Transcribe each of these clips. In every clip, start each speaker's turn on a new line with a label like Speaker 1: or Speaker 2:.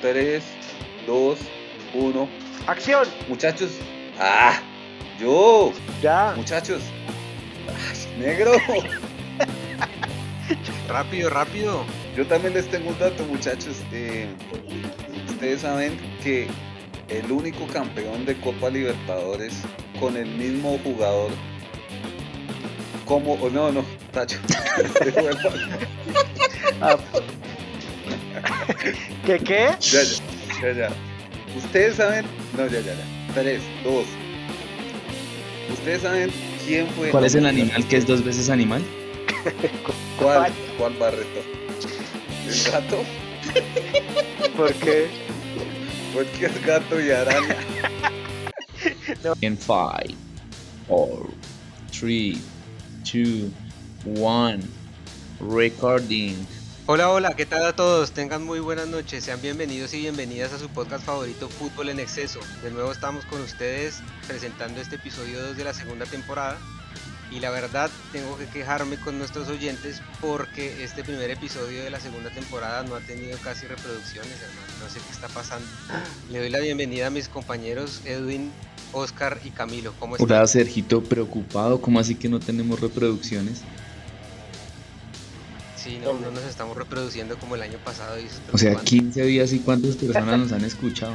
Speaker 1: 3, 2, 1.
Speaker 2: ¡Acción!
Speaker 1: Muchachos. ¡Ah! ¡Yo!
Speaker 2: Ya.
Speaker 1: Muchachos. ¡Ay, negro.
Speaker 3: Rápido, rápido.
Speaker 1: Yo también les tengo un dato, muchachos. Eh, ustedes saben que el único campeón de Copa Libertadores con el mismo jugador. Como. oh, no, no, Tacho.
Speaker 2: Ah. ¿Qué qué?
Speaker 1: Ya, ya, ya, ya. Ustedes saben. No, ya, ya, ya. Tres, dos. Ustedes saben quién fue.
Speaker 4: ¿Cuál es el animal que es dos veces animal?
Speaker 1: ¿Cuál? ¿Cuál Barreto? ¿El gato?
Speaker 2: ¿Por qué?
Speaker 1: Porque es gato y araña.
Speaker 4: En 5, 4, 3, 2, 1. Recording.
Speaker 3: Hola, hola, ¿qué tal a todos? Tengan muy buenas noches, sean bienvenidos y bienvenidas a su podcast favorito Fútbol en Exceso. De nuevo estamos con ustedes presentando este episodio 2 de la segunda temporada y la verdad tengo que quejarme con nuestros oyentes porque este primer episodio de la segunda temporada no ha tenido casi reproducciones, hermano, no sé qué está pasando. Le doy la bienvenida a mis compañeros Edwin, Oscar y Camilo, ¿cómo
Speaker 2: Pues
Speaker 4: Hola,
Speaker 3: están?
Speaker 4: Sergito, preocupado. ¿Cómo así que no tenemos reproducciones?
Speaker 3: Sí, no, no nos estamos reproduciendo como el año pasado y eso es
Speaker 4: O sea,
Speaker 3: preocupante.
Speaker 4: 15 días y cuántas personas nos han escuchado.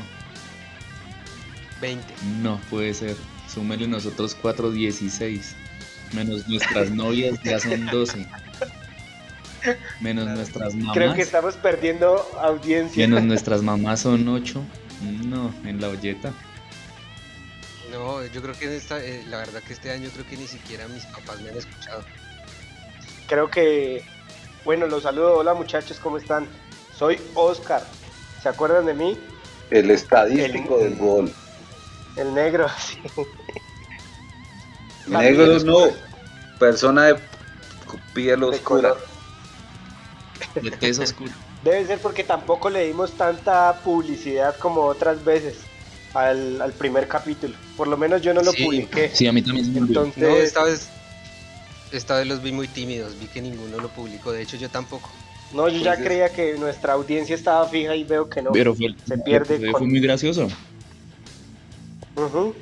Speaker 3: 20.
Speaker 4: No puede ser. Súmele nosotros 4, 16. Menos nuestras novias ya son 12. Menos
Speaker 3: Claro.
Speaker 4: nuestras mamás.
Speaker 2: Creo que estamos perdiendo audiencia.
Speaker 4: Menos nuestras mamás son 8. No, en la olleta.
Speaker 3: No, yo creo que en esta, eh, la verdad que este año creo que ni siquiera mis papás me han escuchado.
Speaker 2: Creo que. Bueno, los saludo. Hola muchachos, ¿cómo están? Soy Oscar. ¿Se acuerdan de mí?
Speaker 1: El estadístico
Speaker 2: El-
Speaker 1: del gol.
Speaker 2: El negro, sí.
Speaker 1: Negro no. Persona de piel
Speaker 2: de
Speaker 1: oscura.
Speaker 2: color.
Speaker 4: De tez oscura.
Speaker 2: Debe ser porque tampoco le dimos tanta publicidad como otras veces al, al primer capítulo. Por lo menos yo no lo
Speaker 4: Sí,
Speaker 2: publiqué.
Speaker 4: Sí, a mí también se me olvidó.
Speaker 2: Entonces,
Speaker 3: No, esta vez, esta vez los vi muy tímidos, vi que ninguno lo publicó, de hecho yo tampoco.
Speaker 2: no, yo ya
Speaker 1: Pues es-
Speaker 2: creía que nuestra audiencia estaba fija y veo que no.
Speaker 4: Pero fue,
Speaker 2: Se pierde
Speaker 4: fue,
Speaker 2: con-
Speaker 4: muy gracioso.
Speaker 2: Ujú.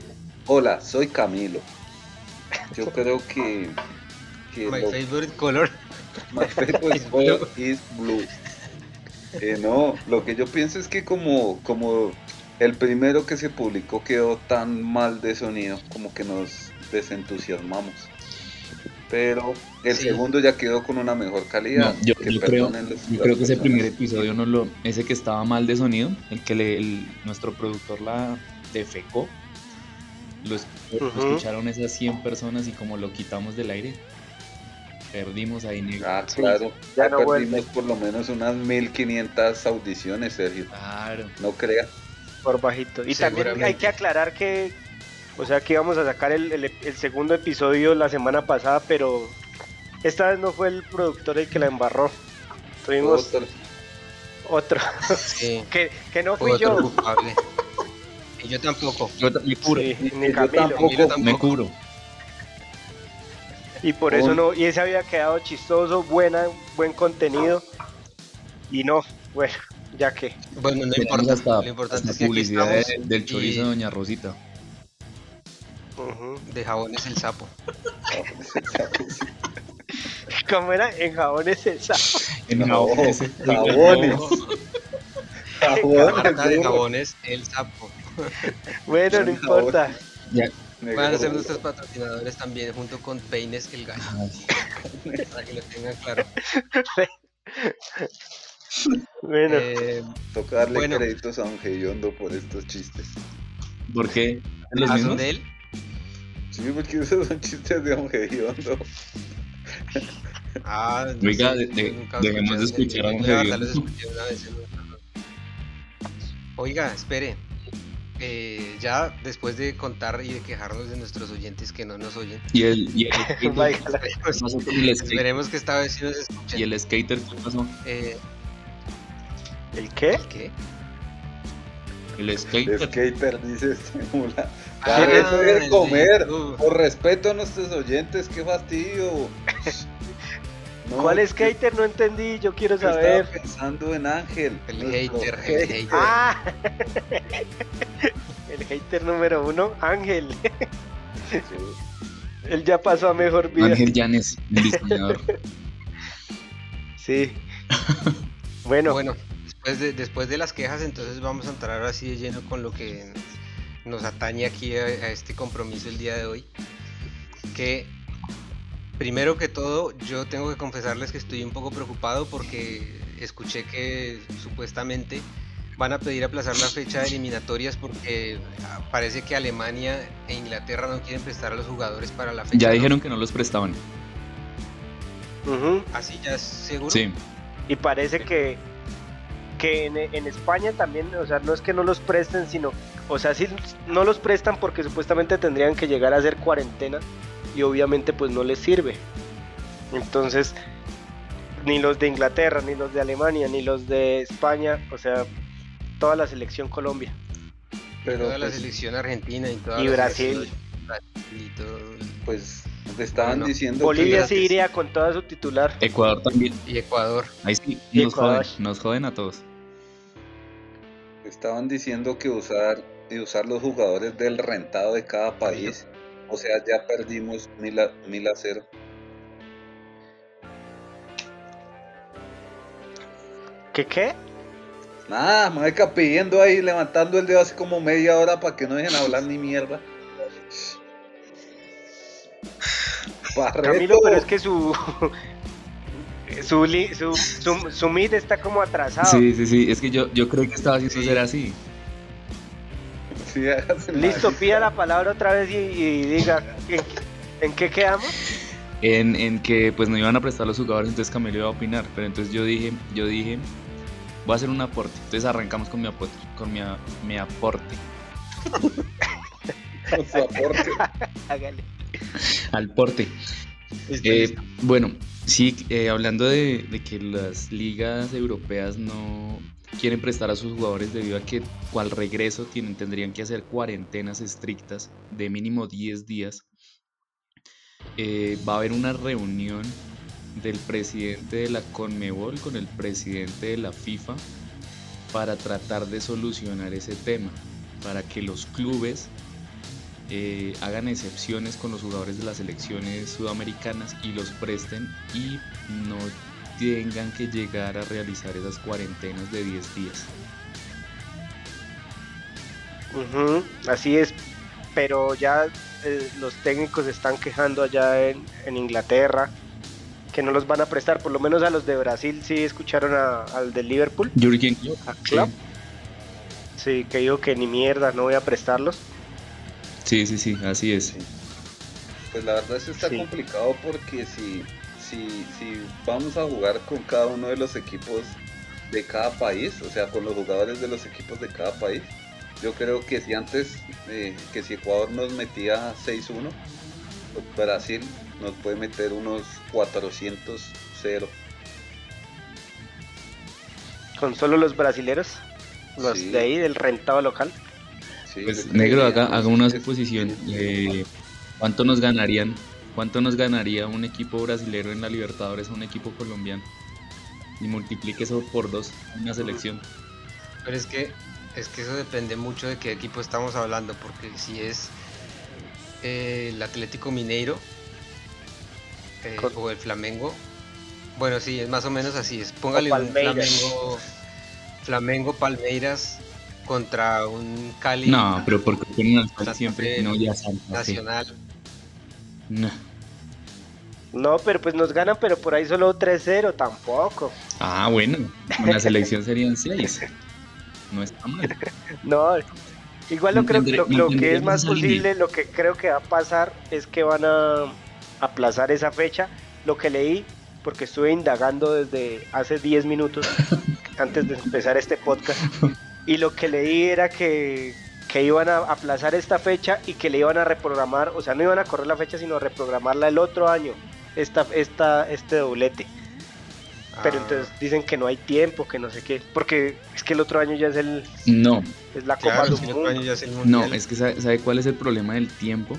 Speaker 1: Hola, soy Camilo. Yo creo que. que
Speaker 3: My
Speaker 1: lo-
Speaker 3: favorite color.
Speaker 1: my favorite
Speaker 3: is
Speaker 1: color
Speaker 3: blue.
Speaker 1: is blue. Eh, no, lo que yo pienso es que como, como el primero que se publicó quedó tan mal de sonido, como que nos desentusiasmamos. Pero el
Speaker 3: Sí.
Speaker 1: segundo ya quedó con una mejor calidad.
Speaker 4: No, yo,
Speaker 1: que
Speaker 4: yo creo,
Speaker 1: perdonen las-
Speaker 4: yo
Speaker 1: las
Speaker 4: creo que ese
Speaker 1: personas.
Speaker 4: primer episodio, no lo, ese que estaba mal de sonido, el que le- el- nuestro productor la defecó, lo, es- lo
Speaker 2: Ujú.
Speaker 4: escucharon esas 100 personas y como lo quitamos del aire, perdimos ahí negro.
Speaker 1: Ah, claro. Ya,
Speaker 2: Ya no
Speaker 1: perdimos
Speaker 2: vuelve.
Speaker 1: por lo menos unas 1500 audiciones, Sergio.
Speaker 4: Claro.
Speaker 1: No crea.
Speaker 2: por bajito. Y también hay
Speaker 3: Seguramente.
Speaker 2: que aclarar que, o sea, que íbamos a sacar el, el- el segundo episodio la semana pasada, pero esta vez no fue el productor el que la embarró. Tuvimos
Speaker 1: Otro.
Speaker 2: otro,
Speaker 3: Sí,
Speaker 2: que, que no fui
Speaker 3: fue otro
Speaker 2: yo,
Speaker 3: culpable. Y yo tampoco.
Speaker 4: Yo ta- me cubro,
Speaker 2: Sí, ni
Speaker 1: Yo
Speaker 2: Camilo.
Speaker 1: tampoco.
Speaker 3: Camilo tampoco.
Speaker 4: me cubro.
Speaker 2: Y por eso
Speaker 1: Uy.
Speaker 2: no, y ese había quedado chistoso, buena, buen contenido. Y no, bueno, ya que.
Speaker 3: Bueno, no
Speaker 4: Tenemos
Speaker 3: importa.
Speaker 4: hasta,
Speaker 3: lo importante
Speaker 4: hasta
Speaker 3: es que aquí
Speaker 4: publicidad de-
Speaker 3: estamos
Speaker 4: del
Speaker 3: y
Speaker 4: chorizo de Doña Rosita.
Speaker 2: ujú.
Speaker 3: de jabones el sapo.
Speaker 2: ¿Cómo era? En jabones el sapo.
Speaker 4: En
Speaker 1: No,
Speaker 4: jabones.
Speaker 1: jabones.
Speaker 3: La
Speaker 1: Jabón,
Speaker 3: marca de
Speaker 1: negro.
Speaker 3: jabones el sapo.
Speaker 2: Bueno,
Speaker 1: En
Speaker 2: no importa.
Speaker 4: Ya,
Speaker 3: Van a ser nuestros patrocinadores también junto con Peines el gallo. Para que lo tengan claro.
Speaker 2: Bueno,
Speaker 3: Eh,
Speaker 1: Toca darle
Speaker 3: Bueno.
Speaker 1: créditos a un Gediondo por estos chistes.
Speaker 4: ¿Por qué? ¿Los
Speaker 3: ¿a
Speaker 4: mismos?
Speaker 3: Sundel?
Speaker 1: Sí, porque esos son chistes de un Gediondo.
Speaker 3: Ah, no
Speaker 4: Oiga,
Speaker 3: sé,
Speaker 4: de-
Speaker 3: yo
Speaker 4: de-
Speaker 3: nunca
Speaker 4: dejemos de
Speaker 3: escuché
Speaker 4: escuchar a un
Speaker 3: Yo la verdad
Speaker 4: hediondo.
Speaker 3: los escuché una vez en un- Oiga, espere. Eh, ya después de contar y de quejarnos de nuestros oyentes que no nos oyen, pues,
Speaker 4: Y el, y el-
Speaker 2: vaya la-
Speaker 4: y el skater,
Speaker 3: esperemos que esta vez sí nos escuchen.
Speaker 4: y el skater, ¿qué pasó?
Speaker 3: Eh,
Speaker 2: ¿el
Speaker 1: ¿Eh?
Speaker 2: qué?
Speaker 3: ¿Qué?
Speaker 4: El
Speaker 1: De
Speaker 4: skater.
Speaker 1: skater, dice este Simula.
Speaker 3: Ah,
Speaker 1: Ya deja
Speaker 3: el
Speaker 1: de
Speaker 3: de
Speaker 1: comer.
Speaker 3: YouTube.
Speaker 1: Por respeto a nuestros oyentes, qué fastidio. No,
Speaker 2: ¿Cuál
Speaker 1: yo
Speaker 2: es hater? No entendí, yo quiero
Speaker 1: estaba
Speaker 2: saber.
Speaker 1: pensando en Ángel.
Speaker 3: El
Speaker 1: nuestro
Speaker 3: hater, el hater.
Speaker 2: Ah, el hater número uno, Ángel.
Speaker 1: Sí.
Speaker 2: Él ya pasó a mejor vida.
Speaker 4: Ángel Llanes, el diseñador.
Speaker 2: Sí. Bueno,
Speaker 3: Bueno, después de, después de las quejas, entonces vamos a entrar ahora sí de lleno con lo que nos atañe aquí a, a este compromiso el día de hoy. Que primero que todo, yo tengo que confesarles que estoy un poco preocupado porque escuché que supuestamente van a pedir aplazar la fecha de eliminatorias porque ah, parece que Alemania e Inglaterra no quieren prestar a los jugadores para la fecha.
Speaker 4: Ya
Speaker 3: ¿no?
Speaker 4: dijeron que no los prestaban.
Speaker 2: ujú,
Speaker 3: Así ya es seguro.
Speaker 4: Sí.
Speaker 2: y parece que, que en, en España también, o sea, no es que no los presten, sino, o sea, sí no los prestan porque supuestamente tendrían que llegar a hacer cuarentena y obviamente pues no les sirve. Entonces, ni los de Inglaterra, ni los de Alemania, ni los de España, o sea, toda la selección Colombia.
Speaker 3: Pero
Speaker 1: Pero
Speaker 3: toda la
Speaker 1: pues,
Speaker 3: selección argentina y toda
Speaker 2: Y
Speaker 3: la
Speaker 2: Brasil.
Speaker 3: selección- Brasil y todo.
Speaker 1: pues te estaban
Speaker 3: Bueno,
Speaker 1: diciendo que
Speaker 2: Bolivia
Speaker 1: gratis.
Speaker 2: sí iría con toda su titular.
Speaker 4: Ecuador también.
Speaker 3: y Ecuador.
Speaker 4: Ahí sí,
Speaker 2: Y
Speaker 4: nos
Speaker 2: Ecuador.
Speaker 4: joden, nos joden a todos.
Speaker 1: Estaban diciendo que usar y usar los jugadores del rentado de cada país. O sea, ya perdimos mil a, mil a cero.
Speaker 2: ¿Qué qué?
Speaker 1: Nada, marica pidiendo ahí, levantando el dedo hace como media hora para que no dejen hablar ni mierda. Barreto,
Speaker 2: Camilo, pero es que su su, li- su, su, su mid está como atrasado.
Speaker 4: Sí, sí, sí. Es que yo, yo creo que estaba haciendo
Speaker 3: Sí.
Speaker 4: ser así.
Speaker 1: Sí, hágase la-
Speaker 2: Listo, pida la palabra otra vez y, y diga ¿en, qué- en qué quedamos.
Speaker 4: en, en que pues no iban a prestar los jugadores, entonces Camilo iba a opinar, pero entonces yo dije, yo dije, voy a hacer un aporte. Entonces arrancamos con mi aporte, con mi, a- mi aporte,
Speaker 1: con su aporte.
Speaker 2: Hágale.
Speaker 4: al porte. Eh, bueno, sí, eh, hablando de, de que las ligas europeas no quieren prestar a sus jugadores debido a que al regreso tienen, tendrían que hacer cuarentenas estrictas de mínimo 10 días. Eh, va a haber una reunión del presidente de la CONMEBOL con el presidente de la FIFA para tratar de solucionar ese tema, para que los clubes eh, hagan excepciones con los jugadores de las selecciones sudamericanas y los presten y no tengan que llegar a realizar esas cuarentenas de 10 días.
Speaker 2: Ujú, así es, pero ya eh, los técnicos están quejando allá en, en Inglaterra que no los van a prestar, por lo menos a los de Brasil sí escucharon a- al de Liverpool,
Speaker 4: Jürgen Klopp,
Speaker 2: a Klopp, sí, que dijo que ni mierda, no voy a prestarlos.
Speaker 4: Sí, sí, sí, así es.
Speaker 1: Sí. Pues la verdad eso está
Speaker 2: Sí.
Speaker 1: complicado porque si, si, si vamos a jugar con cada uno de los equipos de cada país, o sea, con los jugadores de los equipos de cada país, yo creo que si antes, eh, que si Ecuador nos metía 6-1, Brasil nos puede meter unos 400-0.
Speaker 2: con solo los brasileros, los
Speaker 1: Sí.
Speaker 2: de ahí del rentado local.
Speaker 1: Sí,
Speaker 4: Pues
Speaker 1: yo
Speaker 4: negro,
Speaker 1: creería,
Speaker 4: haga,
Speaker 1: pues,
Speaker 4: haga una
Speaker 1: es-
Speaker 4: suposición.
Speaker 1: es-
Speaker 4: eh, ¿Cuánto nos ganarían? ¿Cuánto nos ganaría un equipo brasilero en la Libertadores a un equipo colombiano? Y multiplique eso por dos, una selección.
Speaker 3: Pero es que, es que eso depende mucho de qué equipo estamos hablando, porque si es eh, el Atlético Mineiro eh,
Speaker 2: Con-
Speaker 3: o el Flamengo, bueno, sí, es más o menos así, es póngale un
Speaker 2: Palmeiras.
Speaker 3: Flamengo, Flamengo Palmeiras contra un Cali
Speaker 4: No, pero porque ponen al
Speaker 3: Santa
Speaker 4: Sol siempre
Speaker 3: Fe,
Speaker 4: no ya Santa Fe.
Speaker 3: Nacional.
Speaker 4: No.
Speaker 2: No, pero pues nos ganan, pero por ahí solo 3-0, tampoco.
Speaker 4: Ah, bueno, con la selección serían seis. No está mal.
Speaker 2: No, igual lo,
Speaker 4: No
Speaker 2: creo,
Speaker 4: tendré-
Speaker 2: lo,
Speaker 4: no
Speaker 2: lo que
Speaker 4: tendré
Speaker 2: es más
Speaker 4: más alibi.
Speaker 2: posible, lo que creo que va a pasar es que van a aplazar esa fecha. Lo que leí, porque estuve indagando desde hace 10 minutos antes de empezar este podcast, y lo que leí era que, que iban a aplazar esta fecha y que le iban a reprogramar, o sea, no iban a correr la fecha, sino a reprogramarla el otro año, esta, esta, este doblete. Pero
Speaker 3: Ah,
Speaker 2: entonces dicen que no hay tiempo, que no sé qué, porque es que el otro año ya es, el,
Speaker 4: No,
Speaker 2: es la Copa
Speaker 3: Ah, claro,
Speaker 2: del
Speaker 3: si el otro
Speaker 2: Mundo.
Speaker 3: año ya es el
Speaker 4: no,
Speaker 3: Mundial.
Speaker 4: es que sabe, sabe cuál es el problema del tiempo.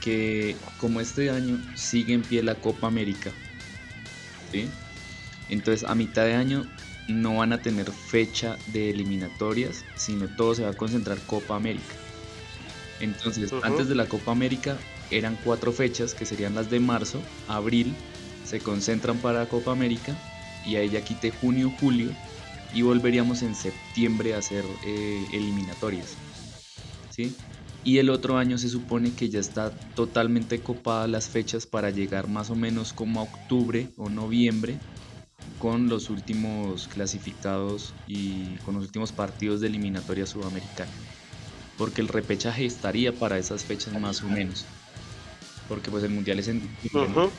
Speaker 4: Que como este año sigue en pie la Copa América, ¿sí? Entonces a mitad de año no van a tener fecha de eliminatorias, sino todo se va a concentrar Copa América. Entonces, uh -huh. antes de la Copa América eran cuatro fechas, que serían las de marzo, abril, se concentran para Copa América, y ahí ya quité junio, julio, y volveríamos en septiembre a hacer eh, eliminatorias. ¿sí? Y el otro año se supone que ya está totalmente copadas las fechas para llegar más o menos como a octubre o noviembre con los últimos clasificados y con los últimos partidos de eliminatoria sudamericana. Porque el repechaje estaría para esas fechas más o menos. Porque pues el mundial es en...
Speaker 2: Uh -huh.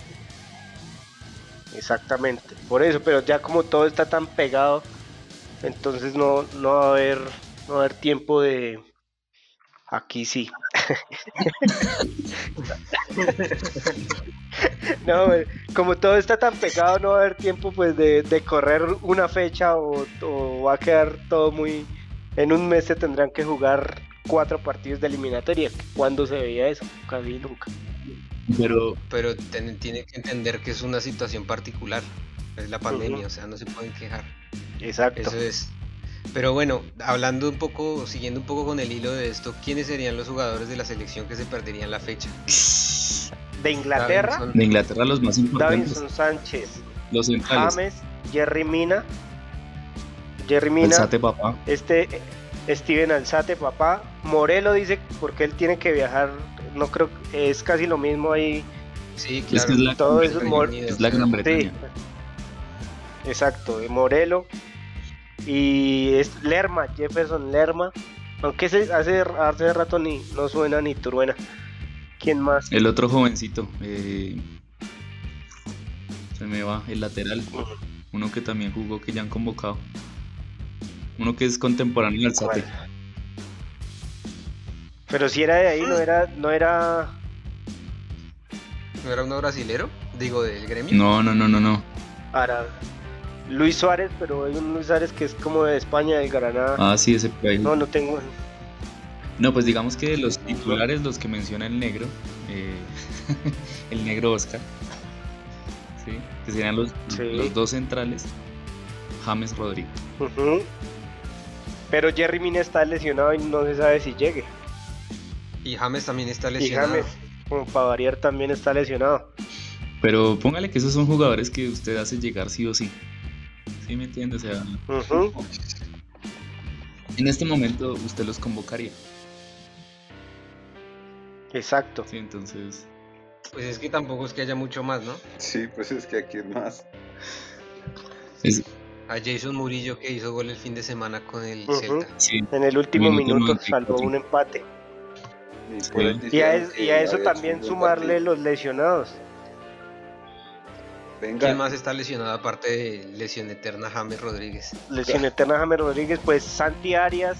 Speaker 2: Exactamente. Por eso, pero ya como todo está tan pegado, entonces no, no va a haber, no va a haber tiempo de... Aquí sí. No, como todo está tan pegado, no va a haber tiempo pues de, de correr una fecha o, o, va a quedar todo muy... En un mes se tendrán que jugar cuatro partidos de eliminatoria. ¿Cuándo se veía eso? Casi nunca.
Speaker 3: Pero, pero ten, tiene que entender que es una situación particular. Es la pandemia, uh -huh. o sea, no se pueden quejar.
Speaker 2: Exacto.
Speaker 3: Eso es. Pero bueno, hablando un poco, siguiendo un poco con el hilo de esto, ¿quiénes serían los jugadores de la selección que se perderían la fecha?
Speaker 2: de Inglaterra.
Speaker 4: Davinson, de Inglaterra los más importantes.
Speaker 2: Davinson Sánchez.
Speaker 4: Los centrales.
Speaker 2: James, Jerry Mina. Jerry Mina.
Speaker 4: Alzate, papá.
Speaker 2: Este Steven Alzate, papá. Morelo dice porque él tiene que viajar. No creo es casi lo mismo ahí.
Speaker 3: Sí, claro. Es que
Speaker 4: es la,
Speaker 2: Todo
Speaker 4: es,
Speaker 2: Mor
Speaker 4: es la Gran Bretaña.
Speaker 2: Sí. Exacto, Morelo y es Lerma, Jefferson Lerma. Aunque se hace, hace rato ni no suena ni truena. ¿Quién más?
Speaker 4: El otro jovencito. Eh, se me va, el lateral. Uno que también jugó, que ya han convocado. Uno que es contemporáneo al Sate. Bueno.
Speaker 2: Pero si era de ahí, no era. ¿No era,
Speaker 3: ¿No era uno brasilero? Digo, del gremio.
Speaker 4: No, no, no, no, no.
Speaker 2: Ahora, Luis Suárez, pero hay un Luis Suárez que es como de España, del Granada.
Speaker 4: Ah, sí, ese país.
Speaker 2: No, no tengo.
Speaker 4: No, pues digamos que los titulares, los que menciona el negro, eh, el negro Oscar, ¿sí? que serían los, sí. los, dos centrales, James Rodríguez.
Speaker 2: Uh -huh. Pero Jerry Mina está lesionado y no se sabe si llegue.
Speaker 3: Y James también está lesionado.
Speaker 2: Y James, como para variar, también está lesionado.
Speaker 4: Pero póngale que esos son jugadores que usted hace llegar sí o sí. ¿Sí me entiende? O sea,
Speaker 2: uh -huh.
Speaker 4: en este momento usted los convocaría.
Speaker 2: Exacto.
Speaker 4: Sí, entonces.
Speaker 3: Pues es que tampoco es que haya mucho más, ¿no?
Speaker 1: Sí, pues es que aquí es más.
Speaker 4: Es...
Speaker 3: A Jason Murillo que hizo gol el fin de semana con el uh -huh. Celta.
Speaker 4: Sí.
Speaker 2: En el último minuto, minuto salvó un empate.
Speaker 1: Y, sí.
Speaker 2: y, a, es, y a, eso también sumarle los lesionados.
Speaker 3: Venga. ¿Quién más está lesionado aparte de lesión eterna James Rodríguez?
Speaker 2: Lesión eterna James Rodríguez, pues Santi Arias,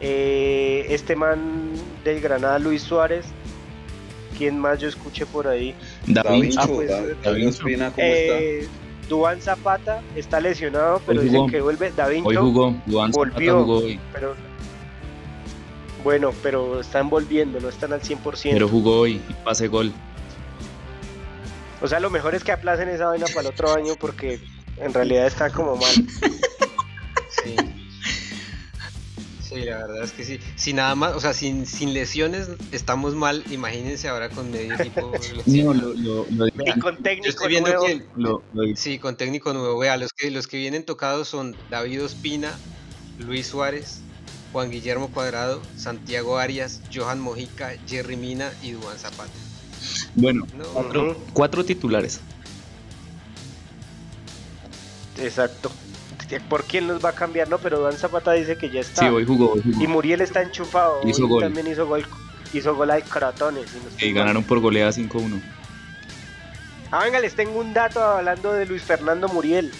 Speaker 2: eh, este man del Granada Luis Suárez, ¿quién más yo escuché por ahí?
Speaker 4: David,
Speaker 1: ah, pues, David Ospina, ¿cómo eh,
Speaker 2: está? Duan Zapata está lesionado, pero dicen que vuelve. David
Speaker 4: hoy jugó, Duan
Speaker 2: volvió,
Speaker 4: jugó hoy.
Speaker 2: Pero, bueno, pero están volviendo, no están al 100%.
Speaker 4: Pero jugó hoy y pase gol.
Speaker 2: O sea, lo mejor es que aplacen esa vaina para el otro año porque en realidad está como mal.
Speaker 3: Sí. Sí, la verdad es que sí. Si nada más, o sea, sin, sin lesiones estamos mal. Imagínense ahora con medio equipo.
Speaker 4: No, lo, lo, lo,
Speaker 2: y con técnico nuevo.
Speaker 3: Que, sí, con técnico nuevo. Vea, los que, los que vienen tocados son David Ospina, Luis Suárez, Juan Guillermo Cuadrado, Santiago Arias, Johan Mojica, Jerry Mina y Duan Zapata.
Speaker 4: Bueno, no, cuatro, no. cuatro, titulares.
Speaker 2: Exacto. ¿Por quién los va a cambiar? No, pero Dan Zapata dice que ya está.
Speaker 4: Sí, hoy jugó. Hoy jugó.
Speaker 2: Y Muriel está enchufado.
Speaker 4: Hizo
Speaker 2: hoy
Speaker 4: gol.
Speaker 2: También hizo gol, hizo gol al Crotones.
Speaker 4: Y, y ganaron por goleada 5-1.
Speaker 2: Ah, venga, les tengo un dato hablando de Luis Fernando Muriel.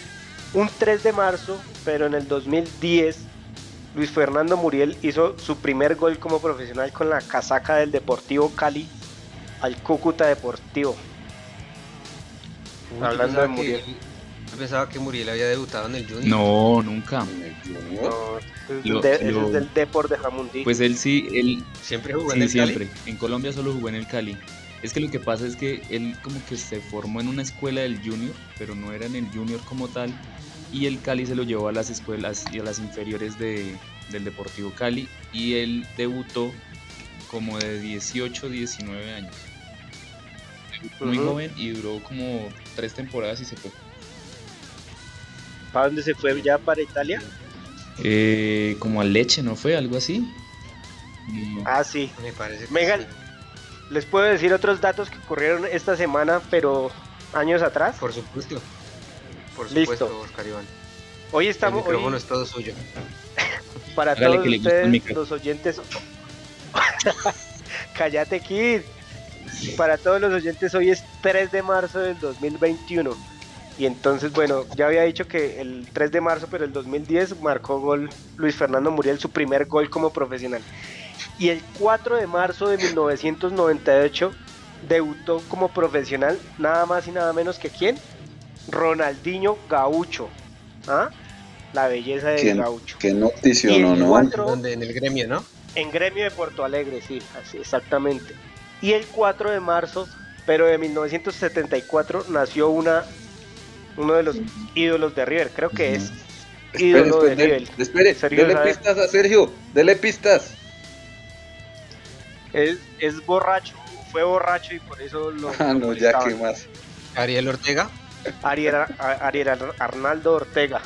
Speaker 2: Un 3 de marzo, pero en el 2010, Luis Fernando Muriel hizo su primer gol como profesional con la casaca del Deportivo Cali al Cúcuta Deportivo.
Speaker 3: Uy, Hablando de Muriel. Que, yo pensaba que Muriel había debutado en el Junior.
Speaker 4: No, nunca.
Speaker 2: No, lo, de, lo, ese es del Deport de Jamundí.
Speaker 4: Pues él sí, él
Speaker 3: siempre jugó sí, en el
Speaker 4: siempre.
Speaker 3: Cali.
Speaker 4: En Colombia solo jugó en el Cali. Es que lo que pasa es que él como que se formó en una escuela del junior, pero no era en el junior como tal. Y el Cali se lo llevó a las escuelas y a las inferiores de, del Deportivo Cali. Y él debutó como de 18, 19 años. Muy uh -huh. joven y duró como tres temporadas y se fue.
Speaker 2: ¿Para dónde se fue? ¿Ya para Italia?
Speaker 4: Eh, como a Leche, ¿no fue? ¿Algo así?
Speaker 2: No. Ah, sí. Me parece. Megan, sí. les puedo decir otros datos que ocurrieron esta semana, pero años atrás.
Speaker 3: Por supuesto. Por supuesto, Listo. Oscar Iván.
Speaker 2: Hoy estamos.
Speaker 3: El micrófono hoy... es todo suyo.
Speaker 2: Para Hágale todos ustedes, los oyentes. Cállate, Kid. Para todos los oyentes, hoy es 3 de marzo del 2021. Y entonces, bueno, ya había dicho que el 3 de marzo, pero el 2010 marcó gol Luis Fernando Muriel, su primer gol como profesional. Y el 4 de marzo de 1998 debutó como profesional nada más y nada menos que quién? Ronaldinho Gaucho. ¿Ah? La belleza de Gaucho.
Speaker 1: Qué noticia, ¿no?
Speaker 3: 4... ¿Dónde? En el gremio, ¿no?
Speaker 2: En gremio de Porto Alegre, sí, así, exactamente. Y el 4 de marzo, pero de 1974, nació una uno de los ídolos de River, creo que es ídolo
Speaker 1: espere, espere, de River. Espere, Sergio, dele pistas a Sergio, dele pistas.
Speaker 2: Es, es borracho, fue borracho y por eso lo.
Speaker 1: Ah, no, ya que más.
Speaker 3: Ariel Ortega.
Speaker 2: Ariel, Ariel Arnaldo Ortega.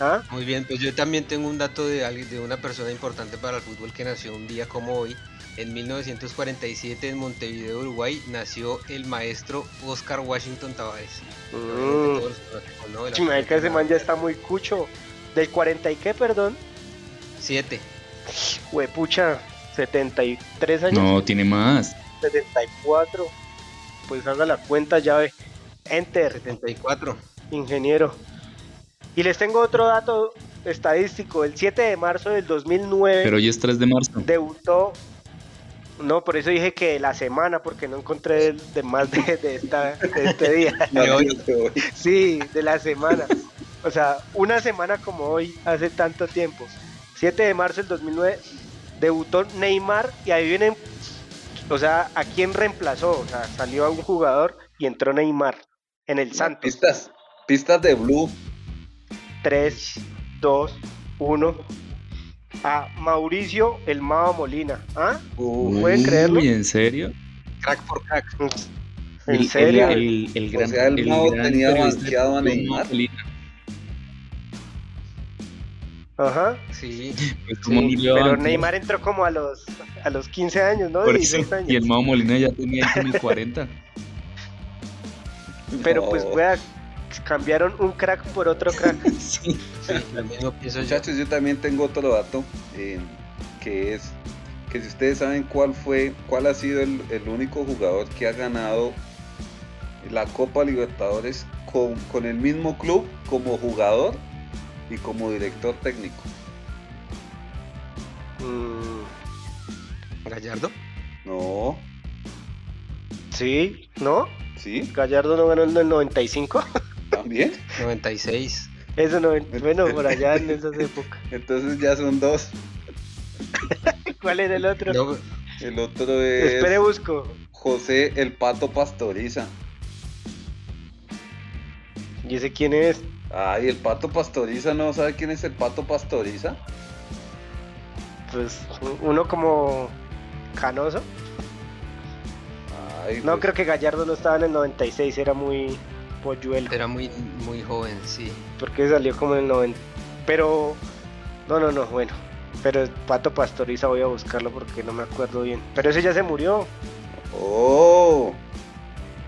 Speaker 3: ¿Ah? Muy bien, pues yo también tengo un dato de, alguien, de una persona importante para el fútbol que nació un día como hoy. En 1947 en Montevideo, Uruguay, nació el maestro Oscar Washington Tavares.
Speaker 2: Mm. Todos, no, que ese man ya está muy cucho. ¿Del 40 y qué, perdón?
Speaker 3: 7.
Speaker 2: Huepucha, 73 años.
Speaker 4: No, tiene más.
Speaker 2: 74. Pues haga la cuenta, llave. Enter.
Speaker 3: 74.
Speaker 2: Ingeniero. Y les tengo otro dato estadístico. El 7 de marzo del 2009.
Speaker 4: Pero hoy es 3 de marzo.
Speaker 2: Debutó no, por eso dije que la semana, porque no encontré de más de, de, esta, de este día. No, sí, de la semana. O sea, una semana como hoy, hace tanto tiempo. 7 de marzo del 2009, debutó Neymar y ahí vienen, o sea, ¿a quién reemplazó? O sea, salió a un jugador y entró Neymar en el Santos.
Speaker 1: Pistas, pistas de Blue.
Speaker 2: 3, 2, 1 a Mauricio El Mao Molina. ¿Ah? Uy, ¿Pueden creerlo?
Speaker 4: ¿En serio?
Speaker 3: Uh, Crack por crack.
Speaker 2: ¿En el, serio?
Speaker 4: El, el, el, gran,
Speaker 1: o sea, el, Mao tenía banqueado a Neymar.
Speaker 2: Ajá.
Speaker 3: Sí.
Speaker 2: Pues sí pero Neymar entró como a los, a los 15 años, ¿no?
Speaker 4: Por eso, años.
Speaker 2: este
Speaker 4: Y el Mao Molina ya tenía como 40.
Speaker 2: pero no. pues, wea, cambiaron un crack por otro crack.
Speaker 1: sí. Sí, yo. Muchachos, yo también tengo otro dato, eh, que es que si ustedes saben cuál fue, cuál ha sido el, el único jugador que ha ganado la Copa Libertadores con, con, el mismo club como jugador y como director técnico.
Speaker 2: Mm,
Speaker 3: ¿Gallardo?
Speaker 1: No.
Speaker 2: ¿Sí? ¿No?
Speaker 1: ¿Sí?
Speaker 2: ¿Gallardo no ganó en el 95?
Speaker 1: ¿También?
Speaker 3: 96.
Speaker 2: Eso no, bueno, por allá en esas épocas.
Speaker 1: Entonces ya son dos.
Speaker 2: ¿Cuál era el otro? No,
Speaker 1: el otro es.
Speaker 2: Espere, busco.
Speaker 1: José el Pato Pastoriza.
Speaker 2: ¿Y ese quién es?
Speaker 1: Ay, el Pato Pastoriza, ¿no sabe quién es el Pato Pastoriza?
Speaker 2: Pues uno como canoso. Ay, no, pues... creo que Gallardo no estaba en el 96, era muy, Polluelo.
Speaker 3: Era muy, muy joven, sí.
Speaker 2: Porque salió como en el 90. Pero, no, no, no, bueno. Pero Pato Pastoriza voy a buscarlo porque no me acuerdo bien. Pero ese ya se murió.
Speaker 1: ¡Oh!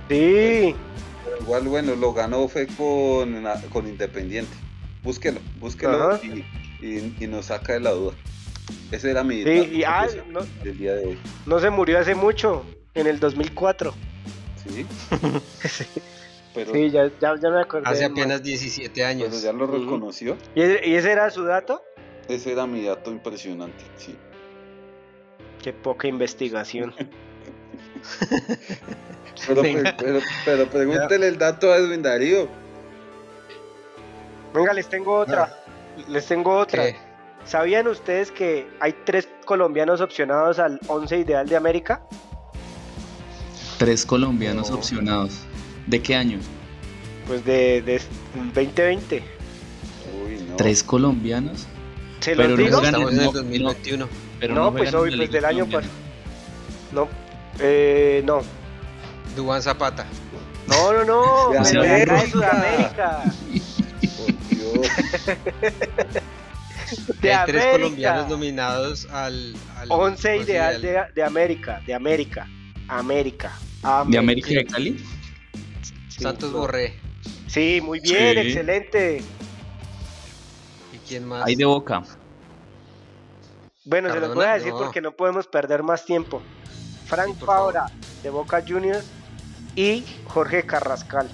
Speaker 2: Sí.
Speaker 1: Pero igual, bueno, lo ganó fue con, ah, con Independiente. Búsquelo, búsquelo y, y, y, nos saca de la duda. Ese era mi.
Speaker 2: Sí, y, ah, no, del día de hoy. No se murió hace mucho, en el 2004.
Speaker 1: Sí.
Speaker 2: sí. Pero sí, ya, ya, ya, me acordé.
Speaker 3: Hace apenas 17 años.
Speaker 1: Pero ya lo reconoció.
Speaker 2: ¿Y ese, ¿Y ese, era su dato?
Speaker 1: Ese era mi dato impresionante, sí.
Speaker 2: Qué poca investigación.
Speaker 1: pero, pero, pero, pregúntele el dato a Edwin Darío.
Speaker 2: Venga, les tengo otra. No. Les tengo otra. Ah. ¿Qué? ¿Sabían ustedes que hay tres colombianos opcionados al 11 ideal de América?
Speaker 4: Tres colombianos no. opcionados. ¿De qué año?
Speaker 2: Pues de, de 2020.
Speaker 4: Uy, no. ¿Tres colombianos?
Speaker 2: Se los pero digo.
Speaker 3: No pues, Estamos en el 2021.
Speaker 2: pero no, pues hoy, pues del año pasado. No, eh, no.
Speaker 3: Dubán Zapata.
Speaker 2: No, no, no. de, la de, de Sudamérica.
Speaker 3: de Hay América. tres colombianos nominados al, al
Speaker 2: 11 ideal de, de, América, de América, América, América.
Speaker 4: ¿De América de Cali?
Speaker 3: Sí, Santos no. Borré.
Speaker 2: Sí, muy bien, sí. excelente.
Speaker 3: ¿Y quién más?
Speaker 4: Hay de Boca.
Speaker 2: Bueno, Perdona, se los voy a decir no. porque no podemos perder más tiempo. Frank sí, Paura de Boca Juniors y Jorge Carrascal.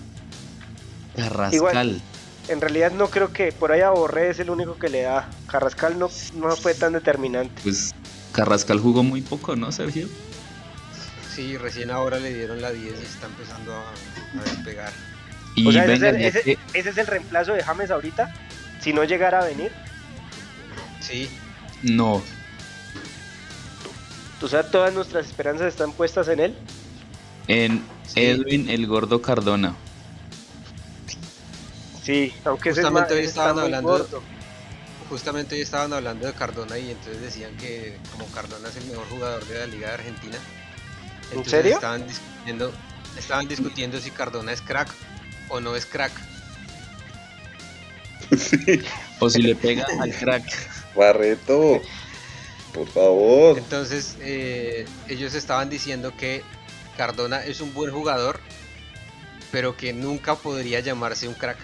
Speaker 4: Carrascal. Igual,
Speaker 2: en realidad no creo que por allá Borré es el único que le da. Carrascal no, no fue tan determinante.
Speaker 4: Pues Carrascal jugó muy poco, ¿no, Sergio?
Speaker 3: Sí, recién ahora le dieron la 10 y está empezando a, a despegar.
Speaker 2: Y o sea, ese, venga, es el, ese, que... ese, es el, reemplazo de James ahorita, si no llegara a venir.
Speaker 3: Sí.
Speaker 4: No.
Speaker 2: O sea, todas nuestras esperanzas están puestas en él.
Speaker 4: En sí. Edwin el Gordo Cardona.
Speaker 2: Sí, aunque
Speaker 3: justamente hoy estaban hablando de, justamente hoy estaban hablando de Cardona y entonces decían que como Cardona es el mejor jugador de la liga de Argentina. ¿En serio? Estaban discutiendo, estaban discutiendo si Cardona es crack o no es crack.
Speaker 4: Sí. o si le pega al crack.
Speaker 1: Barreto, por favor.
Speaker 3: Entonces eh, ellos estaban diciendo que Cardona es un buen jugador, pero que nunca podría llamarse un crack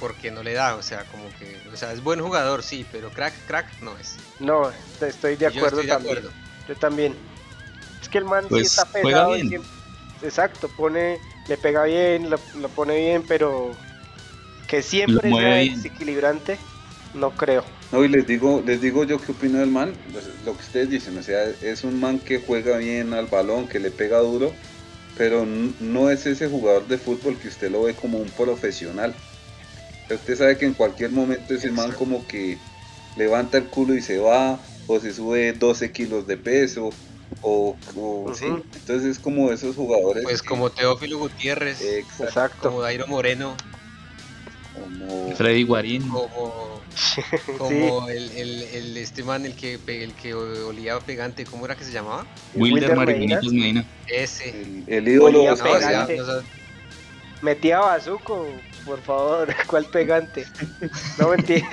Speaker 3: porque no le da, o sea, como que, o sea, es buen jugador, sí, pero crack, crack no es.
Speaker 2: No, estoy de acuerdo yo estoy también. De acuerdo. Yo también. Es que el man
Speaker 4: pues,
Speaker 2: sí está pegado y siempre, exacto, pone, le pega bien, lo, lo pone bien, pero que siempre sea bien. desequilibrante, no creo.
Speaker 1: No, y les digo, les digo yo qué opino del man, Pues, lo que ustedes dicen, o sea, es un man que juega bien al balón, que le pega duro, pero no es ese jugador de fútbol que usted lo ve como un profesional usted sabe que en cualquier momento ese man como que levanta el culo y se va, o se sube 12 kilos de peso, o, o uh -huh. sí. entonces es como esos jugadores.
Speaker 3: Pues
Speaker 1: que...
Speaker 3: como Teófilo Gutiérrez,
Speaker 2: Eh,
Speaker 1: exacto.
Speaker 3: exacto. como Dairo Moreno,
Speaker 4: como Freddy Guarín,
Speaker 3: como, como sí. el, el, el, este man, el que, el que olía pegante, ¿cómo era que se llamaba?
Speaker 4: Wilder, Maribonitos Medina.
Speaker 3: Ese.
Speaker 1: El, el ídolo. No, pegante.
Speaker 2: O sea, Metía bazuco, por favor, ¿cuál pegante? No mentira.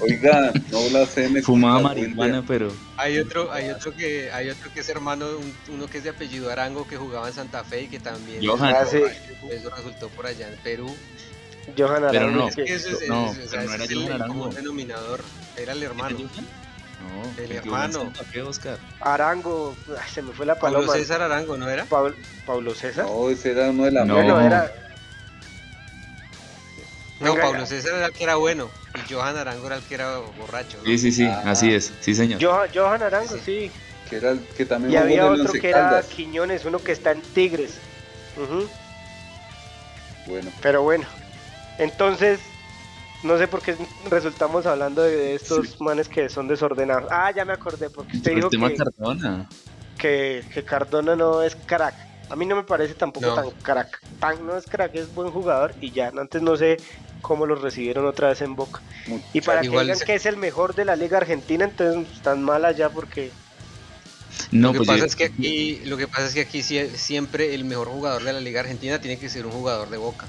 Speaker 1: Oiga, no blasfeme.
Speaker 4: Fumaba marihuana, pero.
Speaker 3: Hay otro, hay otro que, hay otro que es hermano, un, uno que es de apellido Arango que jugaba en Santa Fe y que también.
Speaker 4: Johan.
Speaker 3: Eso, eso resultó por allá en Perú.
Speaker 2: Johan Arango.
Speaker 4: Pero no,
Speaker 3: es que eso es,
Speaker 4: no,
Speaker 3: eso, o sea, no era es el común denominador. Era el hermano.
Speaker 4: ¿Era
Speaker 3: no, el hermano.
Speaker 4: Qué, Oscar?
Speaker 2: Arango, Ay, se me fue la paloma.
Speaker 3: Pablo César Arango, ¿no era?
Speaker 2: Pablo, Pablo César.
Speaker 1: No, ese era uno de la
Speaker 4: no.
Speaker 2: Bueno, era,
Speaker 3: no, Pablo César era el que era bueno y Johan Arango era el que era borracho. ¿no?
Speaker 4: Sí, sí, sí, ah, así es, sí señor.
Speaker 2: Johan, Johan Arango, sí. sí.
Speaker 1: Que era el que también
Speaker 2: Y había otro que Caldas. era Quiñones, uno que está en Tigres. Uh -huh.
Speaker 1: Bueno.
Speaker 2: Pero bueno, entonces, no sé por qué resultamos hablando de estos sí. manes que son desordenados. Ah, ya me acordé, porque
Speaker 3: Este
Speaker 2: usted Pero dijo
Speaker 4: que, Pues, Cardona.
Speaker 2: Que, que Cardona no es crack. A mí no me parece tampoco no. tan crack. Tan no es crack, es buen jugador y ya. Antes no sé cómo los recibieron otra vez en Boca. Mucho y para que digan se... que es el mejor de la Liga Argentina, entonces están mal allá porque.
Speaker 3: No, lo, que pues pasa yo... es que aquí, lo que pasa es que aquí siempre el mejor jugador de la Liga Argentina tiene que ser un jugador de Boca.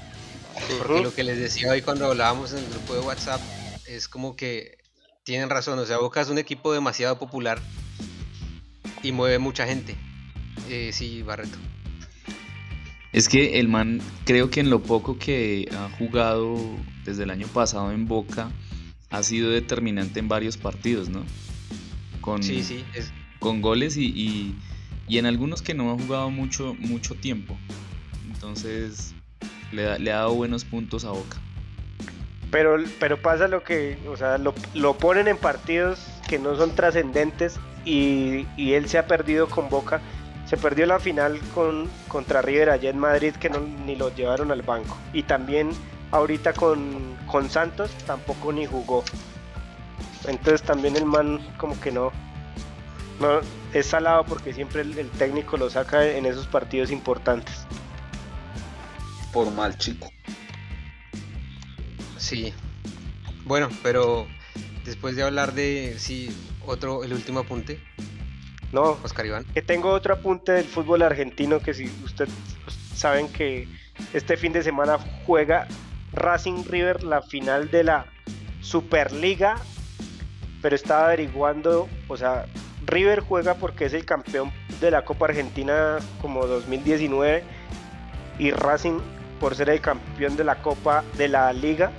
Speaker 3: Porque uh -huh. lo que les decía hoy cuando hablábamos en el grupo de WhatsApp es como que tienen razón. O sea, Boca es un equipo demasiado popular y mueve mucha gente. Eh, sí, Barreto.
Speaker 4: Es que el man, creo que en lo poco que ha jugado desde el año pasado en Boca, ha sido determinante en varios partidos, ¿no? Con,
Speaker 3: sí, sí. Es...
Speaker 4: Con goles y, y, y, en algunos que no ha jugado mucho, mucho tiempo. Entonces, le, le, ha dado buenos puntos a Boca.
Speaker 2: Pero, pero pasa lo que, o sea, lo, lo ponen en partidos que no son trascendentes y, y él se ha perdido con Boca se perdió la final con, contra River allá en Madrid que no, ni lo llevaron al banco. Y también ahorita con, con, Santos tampoco ni jugó. Entonces también el man como que no. No, es salado porque siempre el, el técnico lo saca en esos partidos importantes.
Speaker 1: Por mal chico.
Speaker 3: Sí. Bueno, pero después de hablar de sí, otro, el último apunte,
Speaker 2: No,
Speaker 3: Oscar Iván.
Speaker 2: que tengo otro apunte del fútbol argentino que si usted pues, saben que este fin de semana juega Racing River la final de la Superliga, pero estaba averiguando, o sea, River juega porque es el campeón de la Copa Argentina como 2019 y Racing por ser el campeón de la Copa de la Liga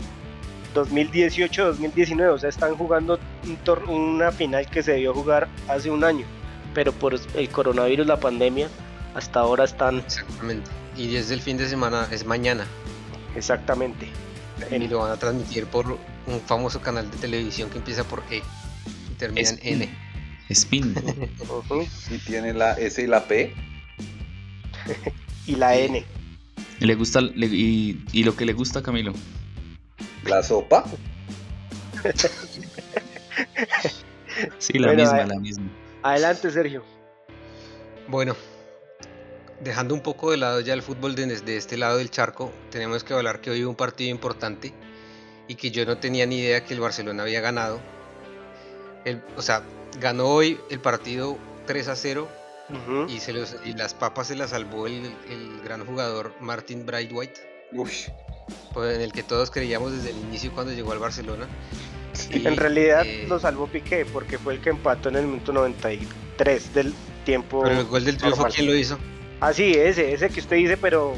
Speaker 2: 2018-2019, o sea, están jugando un tor- una final que se debió jugar hace un año, pero por el coronavirus, la pandemia, hasta ahora están
Speaker 3: Exactamente. Y es el fin de semana, es mañana.
Speaker 2: exactamente.
Speaker 3: Y lo van a transmitir por un famoso canal de televisión que empieza por E y termina en
Speaker 4: Spin.
Speaker 3: N.
Speaker 4: Spin.
Speaker 2: Ujú.
Speaker 1: Y tiene la S y la P.
Speaker 2: Y la N.
Speaker 4: Le gusta, le- y, y lo que le gusta a Camilo.
Speaker 1: La sopa.
Speaker 4: Sí, la
Speaker 2: Bueno,
Speaker 4: misma,
Speaker 2: eh.
Speaker 4: la misma.
Speaker 2: Adelante, Sergio.
Speaker 3: Bueno, dejando un poco de lado ya el fútbol de, de este lado del charco, tenemos que hablar que hoy hubo un partido importante y que yo no tenía ni idea que el Barcelona había ganado. El- o sea, ganó hoy el partido 3 a 0
Speaker 2: Ujú.
Speaker 3: y, se los- y las papas se las salvó el, el gran jugador Martin Braithwaite,
Speaker 1: Uy.
Speaker 3: pues, en el que todos creíamos desde el inicio cuando llegó al Barcelona. Y,
Speaker 2: en realidad
Speaker 3: eh,
Speaker 2: lo salvó Piqué porque fue el que empató en el minuto 93 del tiempo.
Speaker 3: Pero el gol del triunfo,
Speaker 2: normal.
Speaker 3: ¿quién lo hizo?
Speaker 2: Ah, sí, ese, ese que usted dice, pero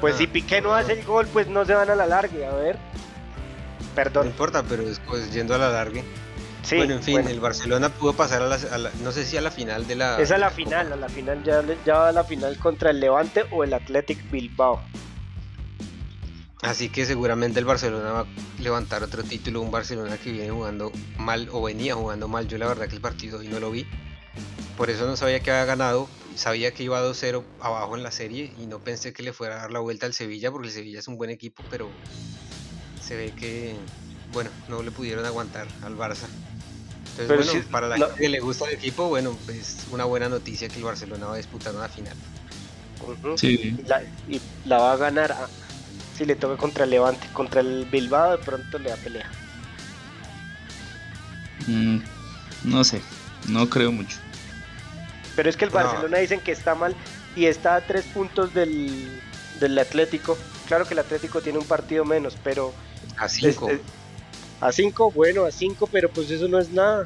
Speaker 2: pues
Speaker 3: Ah,
Speaker 2: si Piqué no
Speaker 3: ah.
Speaker 2: hace el gol, pues no se van a la largue, a ver.
Speaker 3: No
Speaker 2: Perdón.
Speaker 3: importa, pero después yendo a la larga.
Speaker 2: Sí,
Speaker 3: Eh, bueno, en fin,
Speaker 2: bueno.
Speaker 3: el Barcelona pudo pasar a la, a la- no sé si a la final de la...
Speaker 2: Esa es
Speaker 3: de
Speaker 2: la
Speaker 3: Copa.
Speaker 2: final, a la final ya, le- ya va a la final contra el Levante o el Athletic Bilbao.
Speaker 3: Así que seguramente el Barcelona va a levantar otro título, un Barcelona que viene jugando mal o venía jugando mal. Yo la verdad que el partido hoy no lo vi. Por eso no sabía que había ganado, sabía que iba 2-0 abajo en la serie y no pensé que le fuera a dar la vuelta al Sevilla porque el Sevilla es un buen equipo, pero se ve que bueno, no le pudieron aguantar al Barça. Entonces,
Speaker 2: Pero
Speaker 3: bueno,
Speaker 2: sí,
Speaker 3: para la
Speaker 2: la-
Speaker 3: gente que le gusta el equipo, bueno, es una buena noticia que el Barcelona va a disputar una final.
Speaker 2: Ujú.
Speaker 4: Sí.
Speaker 2: Y la, y la va a ganar ah, si le toca contra el Levante. Contra el Bilbao de pronto le da pelea.
Speaker 4: Mm, no sé, no creo mucho.
Speaker 2: Pero es que el
Speaker 3: No.
Speaker 2: Barcelona dicen que está mal y está a tres puntos del, del Atlético. Claro que el Atlético tiene un partido menos, pero...
Speaker 3: A 5.
Speaker 2: este, a cinco, bueno, a cinco, pero pues eso no es nada.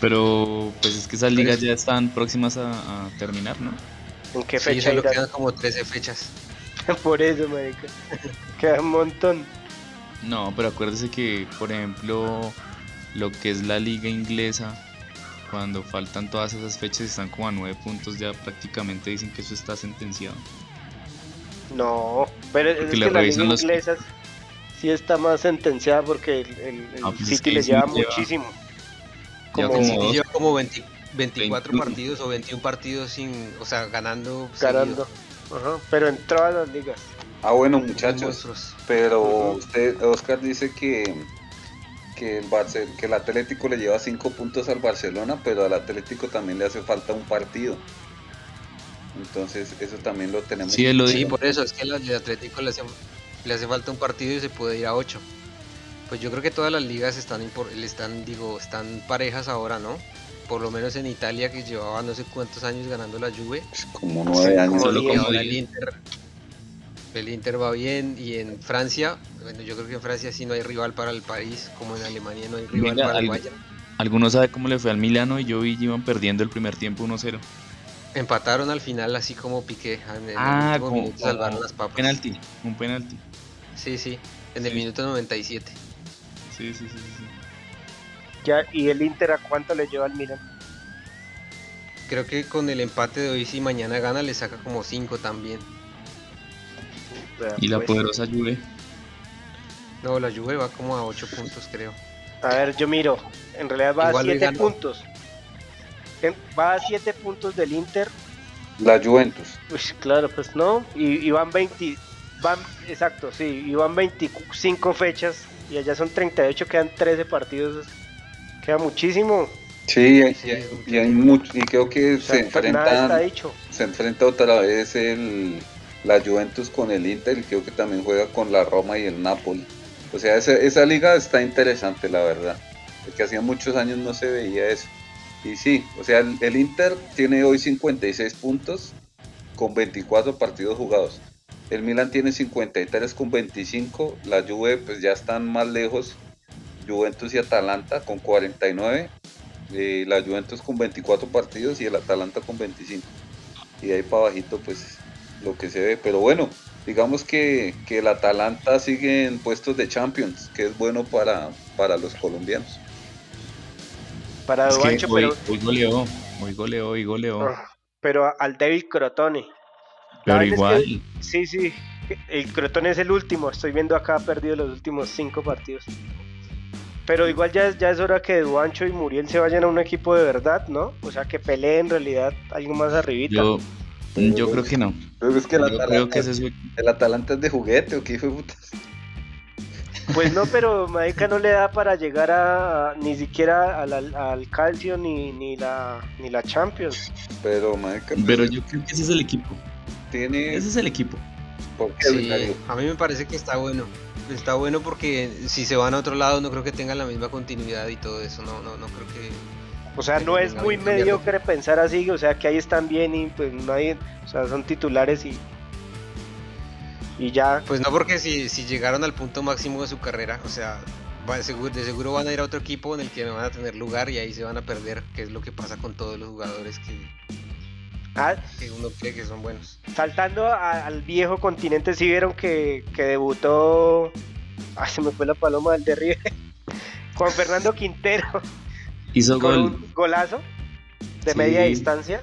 Speaker 4: Pero pues es que esas ligas
Speaker 3: Pero
Speaker 4: ya están próximas a, a terminar, ¿no?
Speaker 2: ¿En qué
Speaker 3: Sí,
Speaker 2: fecha
Speaker 3: solo
Speaker 2: irá?
Speaker 3: quedan como 13 fechas.
Speaker 2: Por eso, marica. Queda un montón.
Speaker 4: No, pero acuérdese que, por ejemplo, lo que es la liga inglesa, cuando faltan todas esas fechas, están como a nueve puntos, ya prácticamente dicen que eso está sentenciado.
Speaker 2: No, pero es
Speaker 4: Porque
Speaker 2: que
Speaker 4: le
Speaker 2: la liga
Speaker 4: revisan los-
Speaker 2: inglesa sí está más sentenciada porque el, el- el
Speaker 4: Ah, pues es
Speaker 2: City
Speaker 4: que
Speaker 2: le
Speaker 4: sí
Speaker 2: lleva
Speaker 4: lleva-
Speaker 2: muchísimo.
Speaker 4: Ya
Speaker 2: Como-
Speaker 4: como
Speaker 3: Y
Speaker 4: dos.
Speaker 3: lleva como 20 24
Speaker 4: 21.
Speaker 3: partidos o 21 partidos sin, o sea, ganando.
Speaker 2: ganando.
Speaker 3: seguido.
Speaker 2: Ajá, pero en todas las ligas.
Speaker 1: Ah, bueno,
Speaker 3: Son
Speaker 1: muchachos.
Speaker 3: monstruos.
Speaker 1: Pero
Speaker 2: Ujú.
Speaker 1: usted, Oscar dice que, que, el Barce- que el Atlético le lleva 5 puntos al Barcelona, pero al Atlético también le hace falta un partido. Entonces eso también lo tenemos.
Speaker 4: Sí, él lo
Speaker 3: Sí,
Speaker 4: dijo.
Speaker 3: por eso es que al al Atlético le hace, le hace falta un partido y se puede ir a 8. Pues yo creo que todas las ligas están, impor- le están, digo, están parejas ahora, ¿no? Por lo menos en Italia, que llevaba no sé cuántos años ganando la Juve.
Speaker 1: Pues, Como 9 años.
Speaker 2: como
Speaker 4: Solo
Speaker 3: Y
Speaker 2: diez.
Speaker 4: como
Speaker 3: ahora el
Speaker 4: diez.
Speaker 3: Inter, el Inter va bien. Y en Francia, bueno, yo creo que en Francia sí no hay rival para el París, como en Alemania no hay rival
Speaker 4: Venga,
Speaker 3: para el
Speaker 4: algo-
Speaker 3: Bayern.
Speaker 4: Algunos saben cómo le fue al Milano y yo vi que iban perdiendo el primer tiempo 1-0.
Speaker 3: Empataron al final así como Piqué en el
Speaker 4: Ah,
Speaker 3: último
Speaker 4: como-
Speaker 3: minuto salvaron
Speaker 4: como
Speaker 3: las papas.
Speaker 4: Penalti, un penalti.
Speaker 3: Sí, sí, en el
Speaker 4: Sí.
Speaker 3: minuto 97.
Speaker 4: Sí, sí, sí, sí, sí.
Speaker 2: Ya, ¿Y el Inter a cuánto le lleva al Milan?
Speaker 3: Creo que con el empate de hoy si mañana gana le saca como 5 también.
Speaker 2: Vea,
Speaker 4: Y la
Speaker 2: pues.
Speaker 4: poderosa Juve.
Speaker 3: No, la Juve va como a 8 puntos creo.
Speaker 2: A ver, yo miro. En realidad va
Speaker 3: Igual
Speaker 2: a
Speaker 3: le
Speaker 2: 7
Speaker 3: ganó.
Speaker 2: puntos. En- Va a 7 puntos del Inter.
Speaker 1: La Juventus.
Speaker 2: Pues claro, pues no. Y, y van 20. Van, exacto, sí. Y van 25 fechas. Y allá son 38, quedan 13 partidos. Queda muchísimo.
Speaker 1: Sí, hay- y hay, y hay mucho, y creo que
Speaker 2: O sea,
Speaker 1: se
Speaker 2: nada está
Speaker 1: enfrentan,
Speaker 2: dicho.
Speaker 1: se enfrenta otra vez el, la Juventus con el Inter y creo que también juega con la Roma y el Napoli. O sea, esa, esa liga está interesante, la verdad, porque hacía muchos años no se veía eso. Y sí, o sea, el, el Inter tiene hoy 56 puntos con 24 partidos jugados. El Milan tiene 53 con 25, la Juve pues ya están más lejos, Juventus y Atalanta con 49 eh, la Juventus con 24 partidos y el Atalanta con 25. Y de ahí para abajito, pues lo que se ve. Pero bueno, digamos que, que el Atalanta sigue en puestos de Champions, que es bueno para, para los colombianos.
Speaker 2: Para
Speaker 4: Es que
Speaker 2: Duancho,
Speaker 4: hoy,
Speaker 2: pero,
Speaker 4: hoy goleó, hoy goleó, hoy goleó.
Speaker 2: ah, pero a- al débil Crotone.
Speaker 4: pero
Speaker 2: ¿sabes? Es que-
Speaker 4: igual,
Speaker 2: Sí, sí. El Crotone es el último. Estoy viendo acá, ha perdido los últimos cinco partidos. Pero igual ya, es- ya es hora que Duancho y Muriel se vayan a un equipo de verdad, ¿no? O sea, que peleen en realidad algo más arribita.
Speaker 4: yo, yo creo que no.
Speaker 1: Pero Pues es que el
Speaker 4: Yo creo
Speaker 1: Atalanta,
Speaker 4: que ese es su-
Speaker 1: el Atalanta es de juguete, ¿o qué hijo de putas?
Speaker 2: Pues no, pero Maica no le da para llegar a, a- ni siquiera al, al, al Calcio ni, ni, la, ni la Champions.
Speaker 1: Pero, marica, pues,
Speaker 4: Pero yo creo que ese es el equipo.
Speaker 1: tiene...
Speaker 4: Ese es el equipo.
Speaker 1: ¿Por qué,
Speaker 3: Sí,
Speaker 1: Vicario?
Speaker 3: a mí me parece que está bueno. Está bueno porque si se van a otro lado no creo que tengan la misma continuidad y todo eso. No, no, no creo que...
Speaker 2: O sea, no es muy mediocre pensar así, o sea, que ahí están bien y pues no hay, o sea, son titulares y, y ya.
Speaker 3: Pues no porque si, si llegaron al punto máximo de su carrera, o sea, va- de, seguro, de seguro van a ir a otro equipo en el que no van a tener lugar y ahí se van a perder, que es lo que pasa con todos los jugadores que,
Speaker 2: Ah,
Speaker 3: que uno cree que son buenos.
Speaker 2: saltando a- al viejo continente, si vieron que, que debutó, ah, se me fue la paloma del de River, Juan Fernando Quintero,
Speaker 4: Hizo
Speaker 2: con
Speaker 4: gol.
Speaker 2: un golazo de media
Speaker 4: Sí.
Speaker 2: distancia.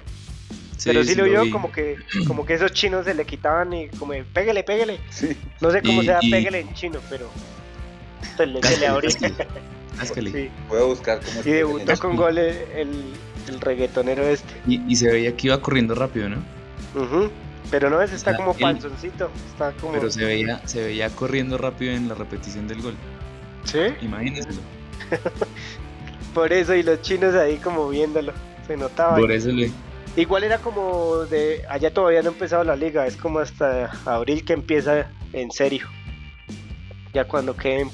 Speaker 2: pero sí, lo
Speaker 4: vio
Speaker 2: vio como que como que esos chinos se le quitaban y como de, pégale, pégale.
Speaker 1: Sí,
Speaker 2: No sé cómo
Speaker 4: Y-
Speaker 2: sea
Speaker 4: y-
Speaker 2: pégale en chino, pero se le, se le abría. Sí.
Speaker 1: voy a buscar cómo
Speaker 2: Y
Speaker 1: es-
Speaker 2: debutó con gol el, el- el reggaetonero este.
Speaker 4: Y, y se veía que iba corriendo rápido, ¿no?
Speaker 2: Ujú. Pero no, ese está
Speaker 4: Está
Speaker 2: como
Speaker 4: él.
Speaker 2: panzoncito. Está como.
Speaker 4: Pero se veía, se veía corriendo rápido en la repetición del gol.
Speaker 2: ¿Sí?
Speaker 4: Imagínense.
Speaker 2: Por eso, y los chinos ahí como viéndolo. Se notaba.
Speaker 4: Por eso le.
Speaker 2: Igual era como de. Allá todavía no ha empezado la liga. Es como hasta abril que empieza en serio. Ya cuando queden.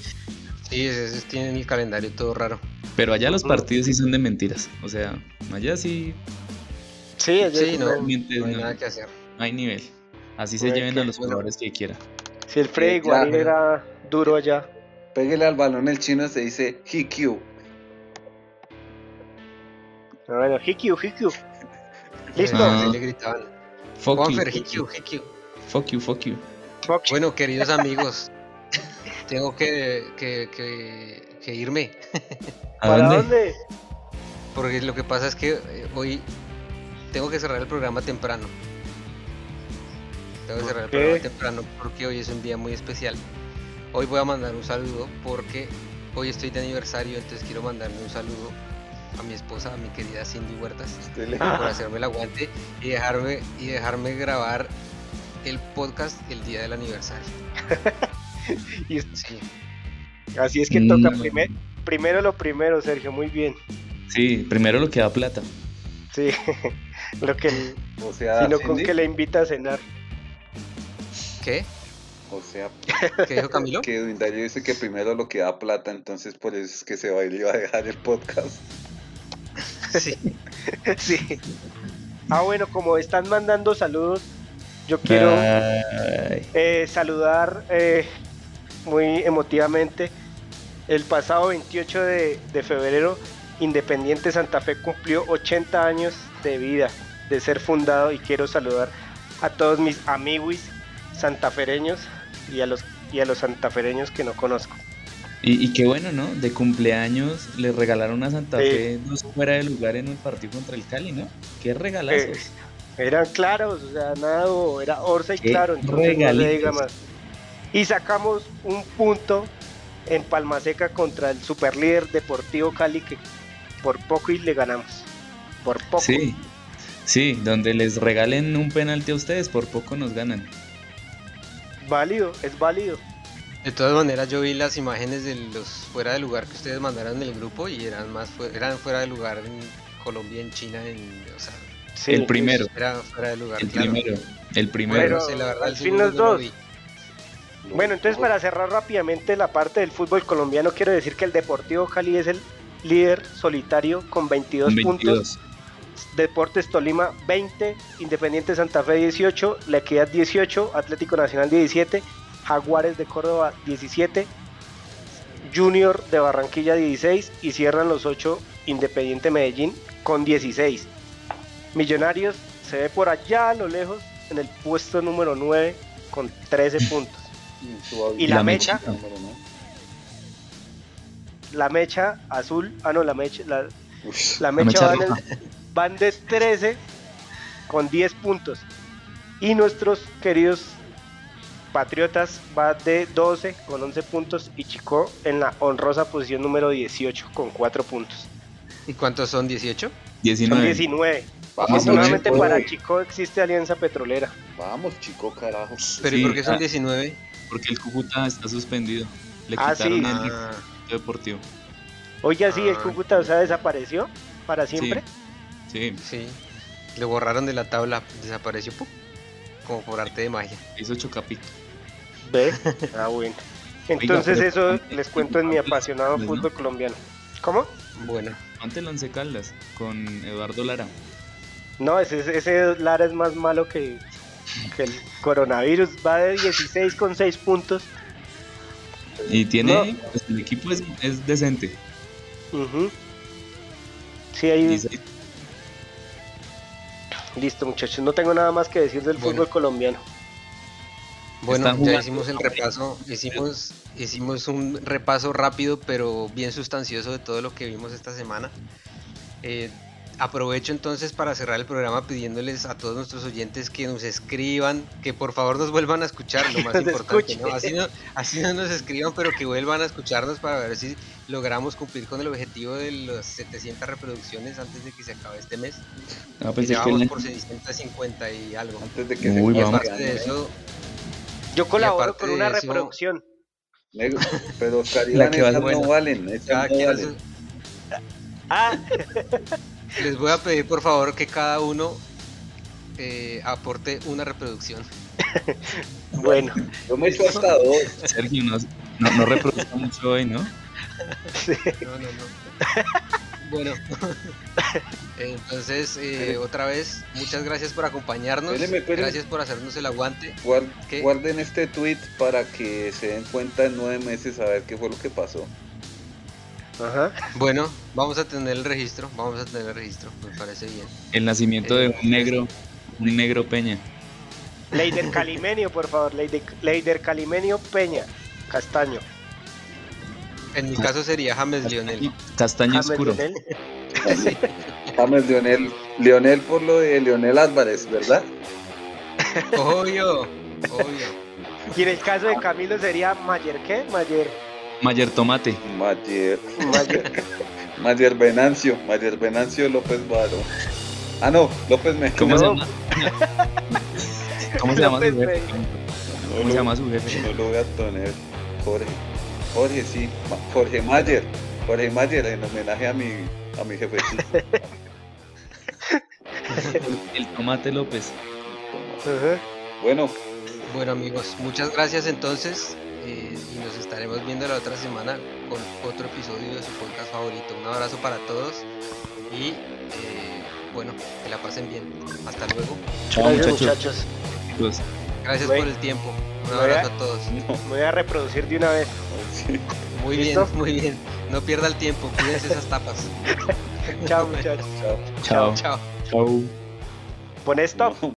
Speaker 3: Sí, es- es- tienen el calendario todo raro.
Speaker 4: Pero allá los
Speaker 2: Ujú.
Speaker 4: partidos sí son de mentiras. O sea, allá sí
Speaker 2: Sí, allá
Speaker 3: Sí,
Speaker 2: como-
Speaker 3: no,
Speaker 4: realmente
Speaker 3: no hay
Speaker 4: no-
Speaker 3: nada que hacer.
Speaker 4: no hay nivel. Así se
Speaker 2: Bueno,
Speaker 4: lleven
Speaker 2: que-
Speaker 4: a los
Speaker 3: bueno.
Speaker 4: jugadores que quieran.
Speaker 2: Si el Freddy
Speaker 1: Sí, claro.
Speaker 2: Guarín era duro allá.
Speaker 1: Pégale al balón el chino, se dice Hikyu.
Speaker 2: Pero bueno, Hikyu, Hikyu. Listo.
Speaker 4: Ah.
Speaker 3: Así le gritaban.
Speaker 4: Fuck you,
Speaker 3: Juanfer,
Speaker 4: fuck
Speaker 3: Hikyu,
Speaker 4: you,
Speaker 3: Hikyu".
Speaker 4: fuck you, fuck you.
Speaker 2: Fox.
Speaker 3: Bueno, queridos amigos, tengo que, que- que- que irme.
Speaker 4: ¿A
Speaker 2: ¿Para
Speaker 4: dónde?
Speaker 2: dónde?
Speaker 3: Porque lo que pasa es que eh, hoy tengo que cerrar el programa temprano. Tengo que
Speaker 2: ¿Por
Speaker 3: cerrar el
Speaker 2: qué?
Speaker 3: programa temprano porque hoy es un día muy especial. Hoy voy a mandar un saludo porque hoy estoy de aniversario, entonces quiero mandarle un saludo a mi esposa, a mi querida Cindy Huertas,
Speaker 1: Estoy
Speaker 2: Ah,
Speaker 1: leyendo.
Speaker 3: por hacerme el aguante y dejarme, y dejarme grabar el podcast el día del aniversario.
Speaker 2: Y-
Speaker 3: Sí.
Speaker 2: Así es que toca
Speaker 4: Mm,
Speaker 2: primer- primero lo primero, Sergio, muy bien.
Speaker 4: Sí, primero lo que da plata.
Speaker 2: Sí, lo que sino
Speaker 1: O
Speaker 3: Ah,
Speaker 1: sea,
Speaker 2: con
Speaker 1: Cindy,
Speaker 2: que le invita a cenar.
Speaker 3: ¿Qué?
Speaker 1: o sea,
Speaker 3: ¿Qué dijo Camilo?
Speaker 1: Que Duindario dice que primero lo que da plata, entonces por eso es que se va a ir y va a dejar el podcast.
Speaker 3: Sí.
Speaker 2: Sí. Ah, bueno, como están mandando saludos, yo quiero
Speaker 4: Ah. Ay,
Speaker 2: eh, saludar eh, muy emotivamente. El pasado 28 de, de febrero, Independiente Santa Fe cumplió 80 años de vida, de ser fundado y quiero saludar a todos mis amiguis santafereños y a los y a los santafereños que no conozco.
Speaker 4: Y, y qué bueno, ¿no? De cumpleaños le regalaron a Santa
Speaker 2: Sí.
Speaker 4: Fe dos fuera de lugar en un partido contra el Cali, ¿no? Qué regalazos.
Speaker 2: Eh, Eran claros, o sea, nada, o era Orsa y
Speaker 4: Qué
Speaker 2: claro, entonces no se diga
Speaker 4: regalitos.
Speaker 2: más. Y sacamos un punto en Palmaseca contra el superlíder Deportivo Cali que por poco y le ganamos. Por poco.
Speaker 4: sí, sí, donde les regalen un penalti a ustedes, por poco nos ganan.
Speaker 2: Válido, es válido.
Speaker 3: De todas maneras, yo vi las imágenes de los fuera de lugar que ustedes mandaron en el grupo y eran más fu- eran fuera de lugar en Colombia, en China, en, o sea,
Speaker 2: Sí,
Speaker 4: el primero,
Speaker 3: era fuera de lugar.
Speaker 4: el
Speaker 3: claro.
Speaker 4: primero, el
Speaker 3: Bueno,
Speaker 4: primero.
Speaker 2: Pero-
Speaker 3: sí, la verdad,
Speaker 2: al
Speaker 3: el
Speaker 2: fin
Speaker 3: segundo
Speaker 2: los
Speaker 3: no lo
Speaker 2: dos.
Speaker 3: vi.
Speaker 2: Bueno, entonces para cerrar rápidamente la parte del fútbol colombiano, quiero decir que el Deportivo Cali es el líder solitario con 22,
Speaker 4: con
Speaker 2: puntos,
Speaker 4: 22.
Speaker 2: Deportes Tolima 20, Independiente Santa Fe 18, La Equidad 18, Atlético Nacional 17, Jaguares de Córdoba 17, Junior de Barranquilla 16 y cierran los 8 Independiente Medellín con 16. Millonarios se ve por allá a lo lejos en el puesto número 9 con 13 puntos.
Speaker 1: Suave.
Speaker 2: y la
Speaker 4: La
Speaker 2: mecha,
Speaker 4: mecha.
Speaker 1: Número, ¿no?
Speaker 2: la mecha azul, ah no, la mecha, la,
Speaker 1: Ush.
Speaker 2: la
Speaker 4: La
Speaker 2: mecha,
Speaker 4: mecha
Speaker 2: van, en- van de 13 con 10 puntos. Y nuestros queridos Patriotas va de 12 con 11 puntos y Chico en la honrosa posición número 18 con 4 puntos.
Speaker 3: ¿Y cuántos son? ¿18?
Speaker 2: Son
Speaker 4: 19.
Speaker 2: 19.
Speaker 1: Vamos,
Speaker 2: Solamente
Speaker 1: Chico.
Speaker 2: para Chico existe Alianza Petrolera.
Speaker 1: Vamos, chico, carajo.
Speaker 3: ¿Pero
Speaker 4: Sí,
Speaker 3: y por qué son
Speaker 4: ah.
Speaker 3: 19?
Speaker 4: Porque el Cúcuta está suspendido. Le
Speaker 2: Ah,
Speaker 4: quitaron
Speaker 2: sí.
Speaker 4: el
Speaker 3: Ah,
Speaker 4: Instituto deportivo.
Speaker 2: Oiga, sí, el
Speaker 3: Ah,
Speaker 2: Cúcuta, o sea, desapareció para siempre.
Speaker 4: Sí,
Speaker 3: sí. Lo borraron de la tabla, desapareció ¡pum! como por arte de magia.
Speaker 4: hizo Chocapic.
Speaker 2: Ve. Ah, bueno. Entonces
Speaker 4: pero-
Speaker 2: eso les cuento en mi apasionado
Speaker 4: ¿no?
Speaker 2: fútbol colombiano. ¿Cómo?
Speaker 3: Bueno,
Speaker 4: Ante el Once Caldas con Eduardo Lara.
Speaker 2: No, ese, ese Lara es más malo que, que el coronavirus. Va de 16 con 6 puntos.
Speaker 4: Y tiene.
Speaker 2: No.
Speaker 4: pues, el equipo es, es decente.
Speaker 2: Ujú. Sí, ahí
Speaker 4: Dice-
Speaker 2: listo, muchachos. No tengo nada más que decir del
Speaker 3: Bueno.
Speaker 2: fútbol colombiano.
Speaker 4: Están
Speaker 3: bueno, ya
Speaker 4: jugando
Speaker 3: hicimos el
Speaker 4: ahorita.
Speaker 3: repaso, hicimos, hicimos un repaso rápido pero bien sustancioso de todo lo que vimos esta semana. Eh, aprovecho entonces para cerrar el programa pidiéndoles a todos nuestros oyentes que nos escriban, que por favor nos vuelvan a escuchar, lo más
Speaker 2: nos
Speaker 3: importante, ¿no?
Speaker 2: escuchen.
Speaker 3: Así, no, así no nos escriban, pero que vuelvan a escucharnos para ver si logramos cumplir con el objetivo de las 700 reproducciones antes de que se acabe este mes.
Speaker 4: Ah,
Speaker 3: que
Speaker 4: pensé
Speaker 3: ya
Speaker 4: que
Speaker 3: vamos
Speaker 4: el-
Speaker 3: por 650 y algo.
Speaker 1: Antes de que
Speaker 4: Uy,
Speaker 1: se
Speaker 4: vamos. ¿eh?
Speaker 3: Y
Speaker 1: vamos.
Speaker 3: aparte de eso,
Speaker 2: Yo colaboro
Speaker 3: aparte
Speaker 2: con
Speaker 3: de
Speaker 2: una
Speaker 3: eso-
Speaker 2: reproducción.
Speaker 1: Negro, pero Oscar
Speaker 4: La que
Speaker 1: Iván,
Speaker 4: va-
Speaker 1: esas
Speaker 4: bueno,
Speaker 1: no valen,
Speaker 3: cada
Speaker 1: esas no
Speaker 3: quien
Speaker 1: valen.
Speaker 3: hace-
Speaker 2: Ah,
Speaker 3: les voy a pedir por favor que cada uno eh, aporte una reproducción.
Speaker 2: bueno.
Speaker 1: Yo me he hasta dos.
Speaker 4: Sergio no, no, no reproduzca mucho hoy, ¿no?
Speaker 3: No, no, no. bueno, entonces eh,
Speaker 1: Espéreme.
Speaker 3: otra vez, muchas gracias por acompañarnos.
Speaker 1: Espéreme, espéreme.
Speaker 3: Gracias por hacernos el aguante.
Speaker 1: Guar-
Speaker 3: ¿Qué?
Speaker 1: Guarden este tweet para que se den cuenta en nueve meses a ver qué fue lo que pasó.
Speaker 2: Ajá.
Speaker 3: Bueno, vamos a tener el registro, vamos a tener el registro, me parece bien.
Speaker 4: El nacimiento de un negro, un negro Peña.
Speaker 2: Leider Calimenio, por favor. Leider, Leider Calimenio Peña. Castaño.
Speaker 3: En mi
Speaker 1: Ah.
Speaker 3: caso sería James Lionel.
Speaker 4: Castaño
Speaker 2: James
Speaker 4: oscuro.
Speaker 2: Leonel.
Speaker 1: James Leonel, Leonel por lo de Leonel Álvarez, ¿verdad?
Speaker 3: Obvio, obvio.
Speaker 2: Y en el caso de Camilo sería Mayer, ¿qué? Mayer.
Speaker 4: Mayer Tomate.
Speaker 1: Mayer,
Speaker 2: Mayer.
Speaker 1: Mayer Venancio, Mayer Venancio López Varo. Ah, no, López Mejía.
Speaker 4: ¿Cómo
Speaker 2: No.
Speaker 4: se llama? ¿Cómo se llama su
Speaker 2: López
Speaker 4: jefe? ¿Cómo se llama su
Speaker 1: No
Speaker 4: jefe?
Speaker 1: lo voy a poner. Jorge. Jorge, sí. Ma- Jorge Mayer. Jorge Mayer en homenaje a mi, a mi jefecito.
Speaker 4: El Tomate López.
Speaker 2: Ajá.
Speaker 1: Bueno,
Speaker 3: Bueno amigos, muchas gracias entonces eh, y nos estaremos viendo la otra semana con otro episodio de su podcast favorito. Un abrazo para todos y eh, bueno, que la pasen bien. Hasta luego.
Speaker 4: Chao,
Speaker 2: Gracias,
Speaker 4: muchachos.
Speaker 2: muchachos.
Speaker 4: Los-
Speaker 3: Gracias
Speaker 2: Güey.
Speaker 3: por el tiempo. Un
Speaker 2: Güey.
Speaker 3: abrazo a todos.
Speaker 1: no.
Speaker 2: Me voy a reproducir de una vez.
Speaker 1: sí.
Speaker 3: Muy
Speaker 2: ¿Listo?
Speaker 3: bien, muy bien. No pierda el tiempo, cuídense esas tapas.
Speaker 2: Chao, muchachos.
Speaker 1: Chao.
Speaker 4: Chao.
Speaker 3: Chao.
Speaker 4: Chao.
Speaker 2: Pon stop.
Speaker 1: No.